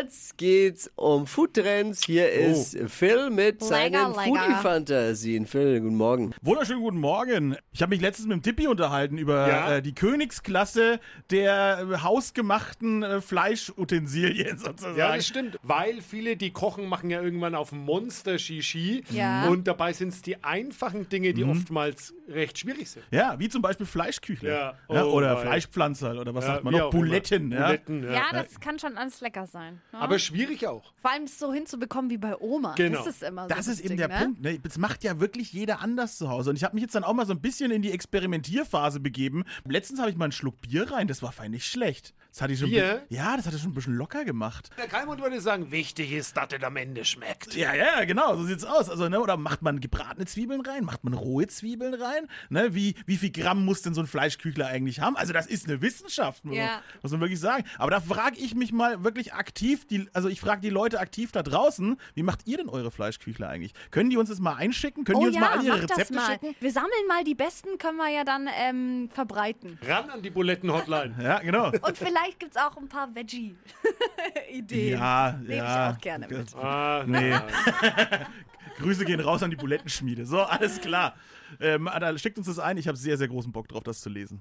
Jetzt geht's um Foodtrends. Hier ist Phil mit seinen lecker. Foodie-Fantasien. Phil, guten Morgen. Wunderschönen guten Morgen. Ich habe mich letztens mit dem Tippi unterhalten über Ja? äh, die Königsklasse der äh, hausgemachten äh, Fleischutensilien sozusagen. Ja, das stimmt. Weil viele, die kochen, machen ja irgendwann auf Monster-Shishi. Ja. Und dabei sind es die einfachen Dinge, Mhm. die oftmals recht schwierig sind. Ja, wie zum Beispiel Fleischküchle Ja. Oh oder mein. Fleischpflanzerl oder was Ja, sagt man wie noch? auch immer. Buletten. Ja. Buletten, ja. Ja, das kann schon alles lecker sein. Ne? Aber schwierig auch. Vor allem so hinzubekommen wie bei Oma. Genau. Das ist immer so. Das ist eben Ding, der ne? Punkt. Ne? Das macht ja wirklich jeder anders zu Hause. Und ich habe mich jetzt dann auch mal so ein bisschen in die Experimentierphase begeben. Letztens habe ich mal einen Schluck Bier rein. Das war fein nicht schlecht. Das hatte ich schon Bier? Ja, das hat er schon ein bisschen locker gemacht. Der Kalmund würde sagen, wichtig ist, dass es am Ende schmeckt. Ja, ja, ja, genau, so sieht's aus. Also, ne, oder macht man gebratene Zwiebeln rein? Macht man rohe Zwiebeln rein? Ne, wie, wie viel Gramm muss denn so ein Fleischküchler eigentlich haben? Also, das ist eine Wissenschaft, muss, Ja. man, muss man wirklich sagen. Aber da frage ich mich mal wirklich aktiv, die, also ich frage die Leute aktiv da draußen, wie macht ihr denn eure Fleischküchler eigentlich? Können die uns das mal einschicken? Können Oh die uns ja, mal alle ihre mach das Rezepte mal. schicken? Wir sammeln mal die besten, können wir ja dann ähm, verbreiten. Ran an die Buletten-Hotline. Ja, genau. Und vielleicht gibt es auch ein paar Veggie-Ideen. Ja, Nehm ich ja. auch gerne mit. ah, Nee. Grüße gehen raus an die Bulettenschmiede. So, alles klar. Ähm, da schickt uns das ein. Ich habe sehr, sehr großen Bock drauf, das zu lesen.